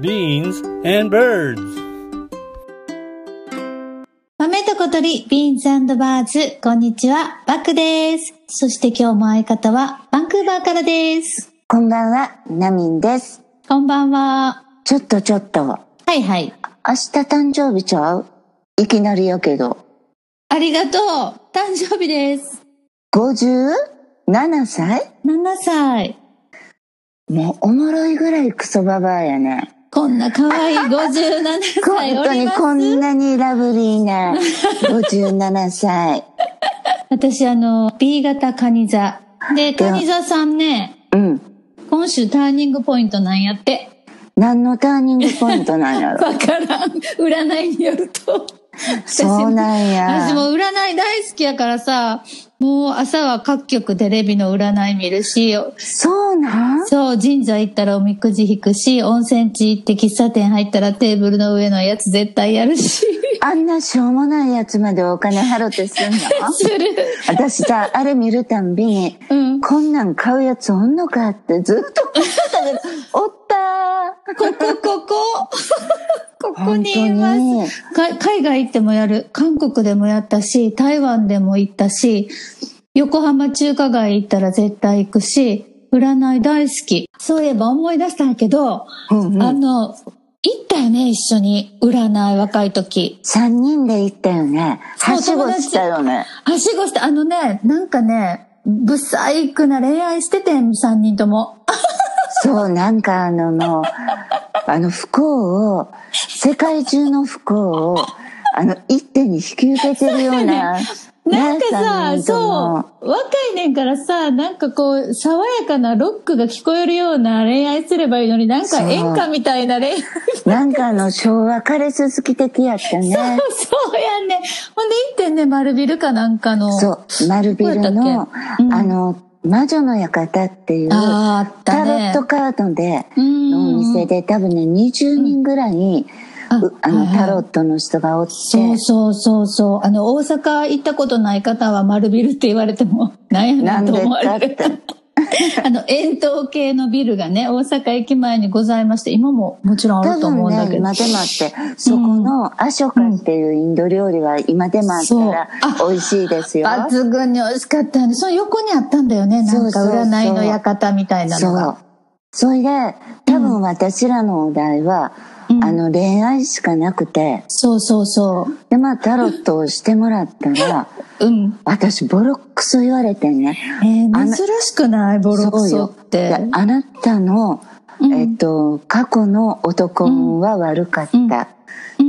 beans and birds. 豆と小鳥、ビーンズバーズ、こんにちは、バックです。そして今日も相方は、バンクーバーからです。こんばんは、ナミンです。こんばんは。ちょっとちょっと、明はいはい。日誕生日ちゃういきなりやけど。ありがとう誕生日です。 57歳7歳。もうおもろいぐらいクソババアやね。こんな可愛い 57歳本お当りにます。こんなにラブリーな57歳。私あの、B 型カニ座。で、カニ座さんね、うん。今週ターニングポイントなんやって。何のターニングポイントなんや ろ。わからん。占いによると。そうなん私や。も占い大好きやからさ、もう朝は各局テレビの占い見るし、そうなんそう、神社行ったらおみくじ引くし、温泉地行って喫茶店入ったらテーブルの上のやつ絶対やるし、あんなしょうもないやつまでお金払ってすん のする。私さ、あれ見るたんびに、うん。こんなん買うやつおんのかってずっと思ってたけど、おったここ、ここ。こーこにいます。本か海外行ってもやる。韓国でもやったし、台湾でも行ったし、横浜中華街行ったら絶対行くし、占い大好き。そういえば思い出したんやけど、当に。うんうあん。の、行ったよね、一緒に。占い、若い時。三人で行ったよね。そうはしごしたよね。はしごして、あのね、なんかね、ブサイクな恋愛しててん、三人とも。そう、なんかあのもう、あの不幸を、世界中の不幸を、あの一手に引き受けてるような。なんかさ、ね三人ともそう、若いねんからさ、なんかこう、爽やかなロックが聞こえるような恋愛すればいいのに、なんかそう演歌みたいな恋愛。なんかあの昭和彼氏好き的やった ね。そうやんね。ほんで、行ってんね、丸ビルかなんかの。。そうう、丸ビルどうやっの、あの、魔女の館っていう、あーあったタロねットカードで、うんのお店で多分ね、20人ぐらい、あうあの、はいはいタロットの人がおって、そうそうそうそう。あの、大阪行ったことない方は丸ビルって言われても、 なんやねなんんとで思わだっれるて。。 あの、円筒系のビルがね、大阪駅前にございまして、今ももちろんあ多ると思分うんだけね、ど。今でもあって、そこのアショカっていうインド料理は今でもあったらそうあ美味しいですよ。抜群に美味しかったよね。その横にあったんだよね。なんかそうそうそう占いの館みたいなのそが。う。それで、多分私らのお題は、うんあの、恋愛しかなくて、そうそうそで、まあ、タロットをしてもらったら、う。うん。私、ボロックソ言われてね。えーあの珍しくないボロクソっいやて。あなたの、うんえっと、過去の男運は悪かった。うんうん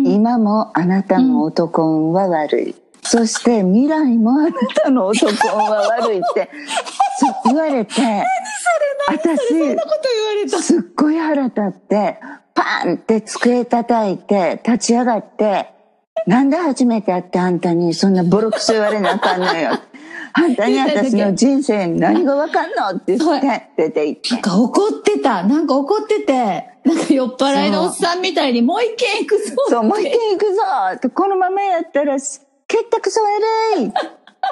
今もあなたの男運は悪い。そして未来もあなたの男運は悪いって、そう言わ れて、私、こと言われた。すっごい腹立って、パーンって机叩いて、立ち上がって、なんで初めて会ってあんたにそんなボロクソ言われなあかんの よ。あんたに私の人生何がわかんのって言って出て行ってなん。か怒ってた。なんか怒ってて。なんか酔っ払いのおっさんみたいにもう一軒行くぞ。そう、もう一軒行くぞとこのままやったらし、結託そうやれいほんで、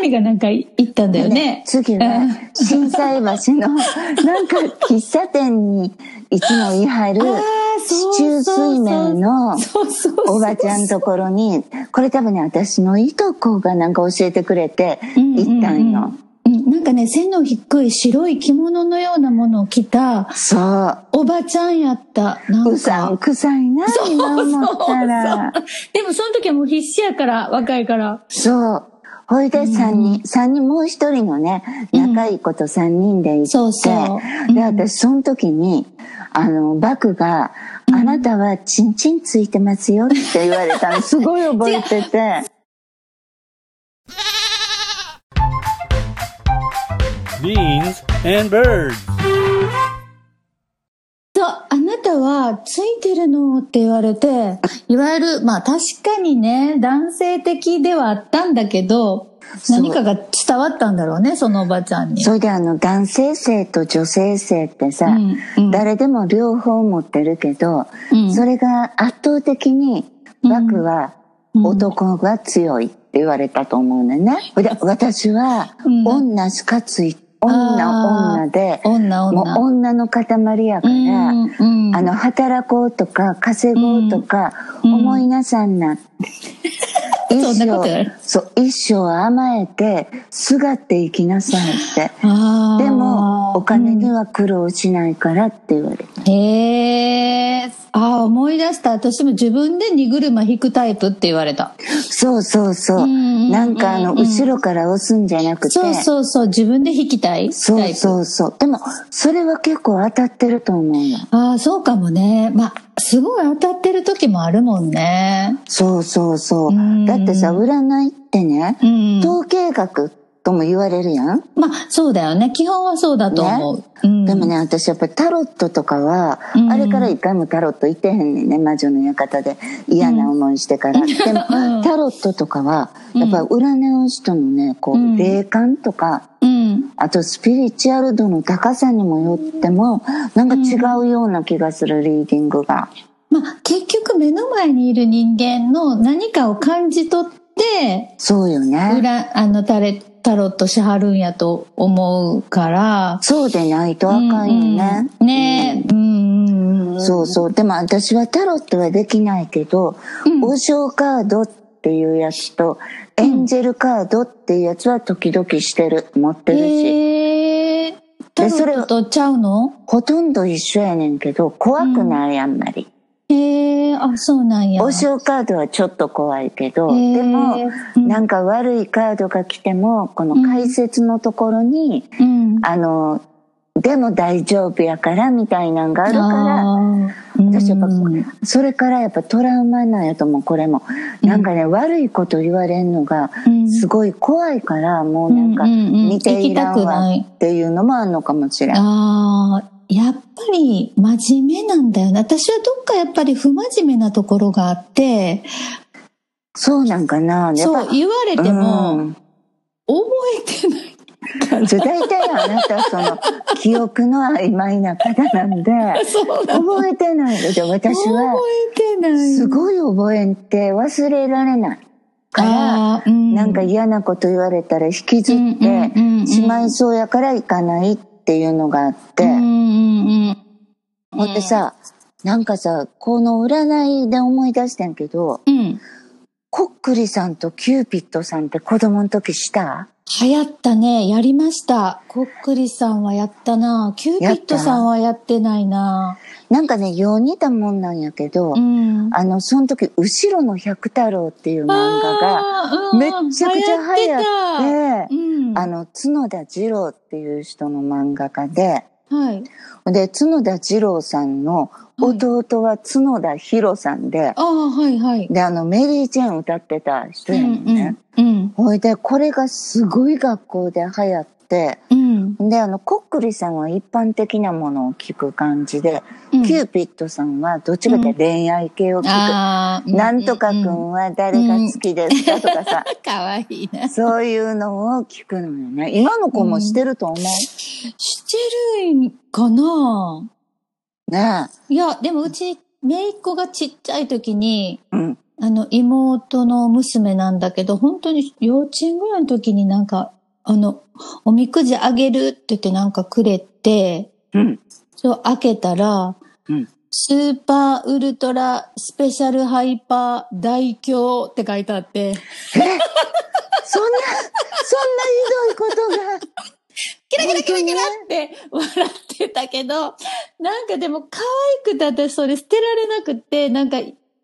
南がなんか行ったんだよね。次うはん、震災橋の、なんか、喫茶店にいつも言い張る あー、シそうチュー水明のそうそうそう。おばちゃんところに、これ多分ね、私のいとこがなんか教えてくれて、行ったんよ。うん、なんかね、背の低い白い着物のようなものを着たそおばちゃんやった。なう。んうさんか。くさいな、今思ったら。でもその時はもう必死やから、若いから。そう。ほいで三人、三、人、もう一人のね、仲いい子と三人で行って、そうそうで、私その時に、あの、バクが、あなたはチンチンついてますよって言われた の、すごい覚えてて、 Beans and birds. そう、あなたはついてるのって言われて、いわゆる、まあ確かにね、男性的ではあったんだけど、う何かが伝わったんだろうね、そのおばちゃんに。それであの、男性性と女性性ってさ、うんうん誰でも両方持ってるけど、うんそれが圧倒的に、バクは男が強いって言われたと思うねんね。ほいで私はうん女しかつい女あー女で、女もう女。女の塊やから、うんうんあの、働こうとか、稼ごうとか、うん思いなさんな。そんなことや生る、そう、一生甘えて、すがっていきなさいって。あーでも、お金には苦労しないからって言われて。へえ。ああ、思い出した。私も自分で荷車引くタイプって言われた。そうそうそう。うんうんうんなんかあの、後ろから押すんじゃなくて。そうそうそう、自分で引きたいそタうイプ。そうそう。でも、それは結構当たってると思うよ。ああ、そうかもね。まあ、すごい当たってる時もあるもんね。そうそうそうう。んだってさ、占いってね、うん。統計学とも言われるやん。まあ、そうだよね。基本はそうだと思う。ねうん。でもね、私やっぱりタロットとかは、うんあれから一回もタロット行ってへんねんね、魔女の館で嫌な思いしてから。でも、タロットとかは、やっぱり占いの人のね、こうんう、霊感とか、うん。あとスピリチュアル度の高さにもよっても、なんか違うような気がする、リーディングが。まあ、結局目の前にいる人間の何かを感じ取って、そうよね。裏、あの、タレ、タロットしはるんやと思うから。そうでないとあかんよね。うんうんねえ。うんうんうん。そうそう。でも私はタロットはできないけど、王将カードっていうやつと、エンジェルカードっていうやつは時々してる、持ってるし。へえ。タロそれッをトとちゃうのほとんど一緒やねんけど、怖くない、あんまり。へえ、あ、そうなんや。王将カードはちょっと怖いけへど、ーでも、うんなんか悪いカードが来ても、この解説のところに、うん。あの、でも大丈夫やから、みたいなんがあるから、ら、私やっぱうんそれからやっぱトラウマなんやと思う、これも。なんかね、悪いこと言われんのが、うんすごい怖いから、もうなんか、うんうんうん見ていら行んきたくわないっていうのもあんのかもしれん。ああ、やっぱり真面目なんだよね。私はどっかやっぱり不真面目なところがあって、そうなんかな、やっぱそう言われてうもん覚えてない。そう大体あな た、その、記憶の曖昧な方なんで、そうなの覚えてないでしょ、私覚は。えてない。すごい覚えんって忘れられない。から、あーうんなんか嫌なこと言われたら引きずっうんうんうんうてんしまいそうやから行かないっていうのがあって、うんうんうん。ほんでさ、なんかさ、この占いで思い出してんけど、うん。こっくりさんとキューピッドさんって子供の時した流行ったね。やりました。こっくりさんはやったな。キューピットさんはやってないな。なんかね、よう似たもんなんやけど、うん。あの、その時、後ろの百太郎っていう漫画が、がめっちゃくちゃ流って行って、た。うん。あの、角田二郎っていう人の漫画家で、はい。で、角田二郎さんの弟は角田博さんで、ああ、はいはい。で、あの、メリー・チェーン歌ってた人うやねんね。んうん。ほいで、これがすごい学校で流行って、うん。で、あの、こっくりさんは一般的なものを聞く感じで、うんキューピッドさんはどっちかっていうと恋愛系を聞く。ああ、なんとかくうんは誰が好きですかとかさ、かわいいな。 そういうのを聞くのよね。今の子もしてると思う。してるんかなねいや、でもうち、姪っ子がちっちゃい時に、え。うん。あの、妹の娘なんだけど、本当に幼稚園ぐらいの時になんか、あの、おみくじあげるって言ってなんかくれて、うん。そう、開けたら、うんスーパーウルトラスペシャルハイパー大凶って書いてあって、 そんな、そんなひどいことが。キラキラキラキラって笑ってたけど、なんかでも可愛くて私それ捨てられなくて、なんか、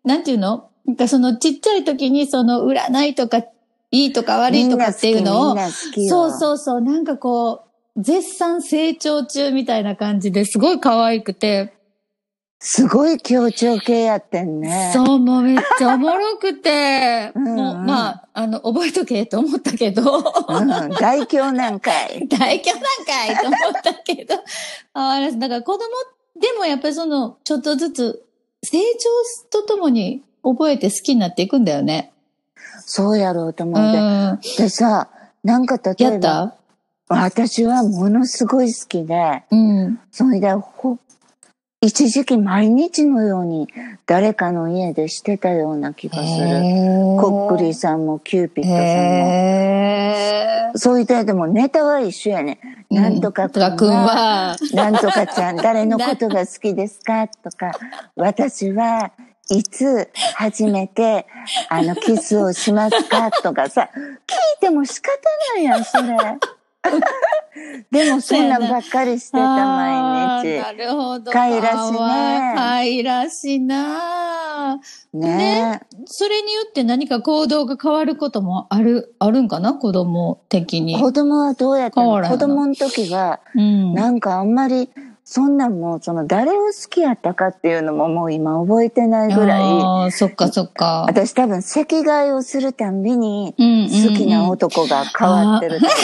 なんていうのなんかそのちっちゃい時にその占いとか、いいとか悪いとかっていうのみをん、な好き。そうう。そうそう、なんかこう、絶賛成長中みたいな感じですごい可愛くて、すごい協調系やってんね。そう、もうめっちゃおもろくて、 うんうんもう、まあ、あの、覚えとけと思ったけど、うん。外境なんかい。大凶なんかいと思ったけど、 ああれ、だから子供でもやっぱりその、ちょっとずつ、成長とともに覚えて好きになっていくんだよね。そうやろうとう思って。ん。でさ、なんか例やえっば、た私はものすごい好きで、うん。それで、ほ、一時期毎日のように誰かの家でしてたような気がする。コックリさんもキューピッドさんも。へそういったでもネタは一緒やね。ーなんとかうんなんとかくんは、 なんとかちゃん、誰のことが好きですかとか、私はいつ初めて、あの、キスをしますかとかさ、聞いても仕方ないやん、そ れ。でも、そんなんばっかりしてた、あ毎ー日。なるほど。かいらしいねかわいいらしいな。ねそれによって何か行動が変わることもある、あるんかな子供的に。子供はどうやった変わのらんの子供の時は、うん。なんかあんまり、そんなんもう、その、誰を好きやったかっていうのももう今覚えてないぐらい、ああ、そっかそっか。私多分、席替えをするたんびに、うんうんうん好きな男が変わってるタイプ。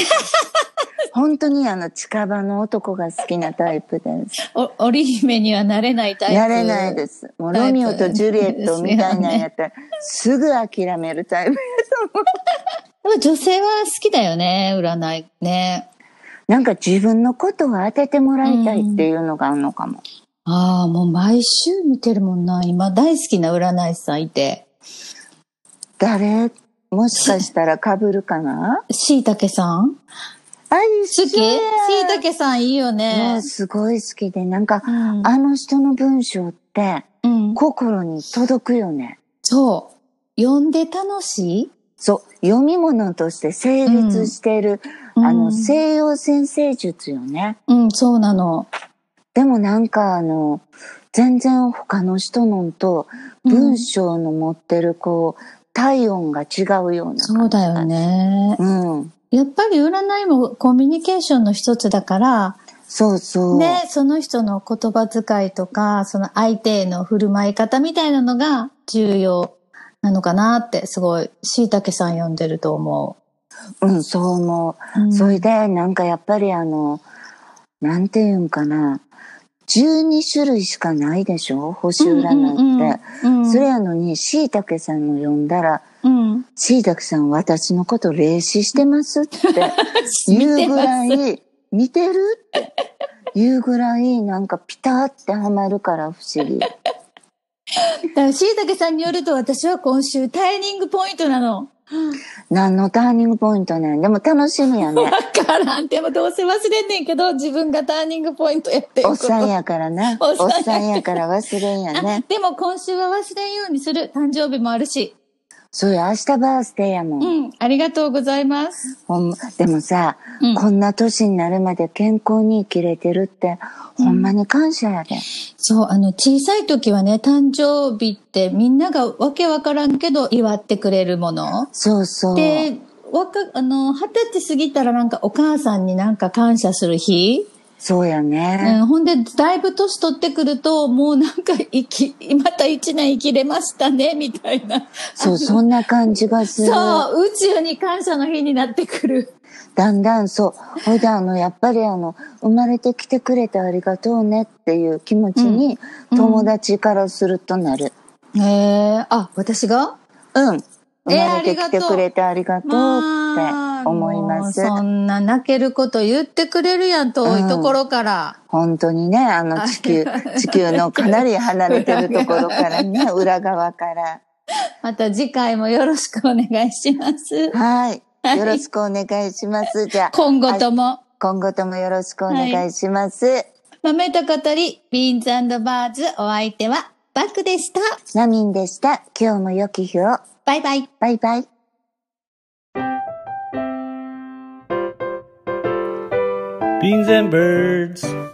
本当にあの近場の男が好きなタイプです。お織姫にはなれないタイプ。やれないです。もうロミオとジュリエットみたいなんやったら、 すぐ諦めるタイプ。でも女性は好きだよね、占いね。なんか自分のことを当ててもらいたいっていうのがあるのかも。ああ、もう毎週見てるもんな。今大好きな占い師さんいて。誰もしかしたら被るかなしいたけさんあ、好一きし緒やいたけさんいいよもねう。すごい好きで、なんか、うんあの人の文章ってうん。心に届くよね。そう。呼んで楽しいそう、読み物として成立している、うんあうの、ん西洋先生術よね。うん、そうなの。でもなんかあの、全然他の人のと、文章の持ってるこう、体温が違うようなそうだよ。ね。うん。やっぱり占いもコミュニケーションの一つだから、そうそう。ね、その人の言葉遣いとか、その相手への振る舞い方みたいなのが重要なのかなって、すごい、しいたけさん読んでると思うん、そう思う。う。んそれで、なんかやっぱりあの、なんていうんかな。12種類しかないでしょ星占いって。うんそれやのに、椎茸さんの読んだら、うん。椎茸さん私のこと霊視してますって言うぐらい、見てるって言うぐらい、なんかピタってはまるから不思議。だから、しいたけさんによると私は今週タイミングポイントなの。何のターニングポイントなんでも楽しみやね。わからん。でもどうせ忘れんねんけど、自分がターニングポイントやってるおこっとさんやからな。おおっさんやっさんやから忘れん やね。でも今週は忘れんようにする。誕生日もあるし。そうや、明日バースデーやもん。うん。ありがとうございます。ほんまでもさ、うんこんな年になるまで健康に生きれてるって、ほんまに感謝やで。そう、あの、小さい時はね、誕生日ってみんながわけわからんけど祝ってくれるもの。そうそう。で、わか、あの、二十歳過ぎたらなんかお母さんになんか感謝する日。そうやね。うん、ほんで、だいぶ年取ってくると、もうなんか生き、また一年生きれましたね、みたいな。そう、そんな感じがする。そう、宇宙に感謝の日になってくる。だんだんそう。ほいで、あの、やっぱりあの、生まれてきてくれてありがとうねっていう気持ちに、うん友達からするとなる。へえ、あ、私がうん。え生まれてきてくれてありがとうって思います。もうそんな泣けること言ってくれるやん、遠いところから。本当にね、あの地球、地球のかなり離れてるところからね、裏側から。また次回もよろしくお願いします。はい。よろしくお願いします。じゃあ、今後とも、今後ともよろしくお願いします。豆と小鳥、ビーンズバーズ、お相手は、バクでした。ナミンでした。今日も良き日を。バイバイ。バイバイ。 Beans and birds.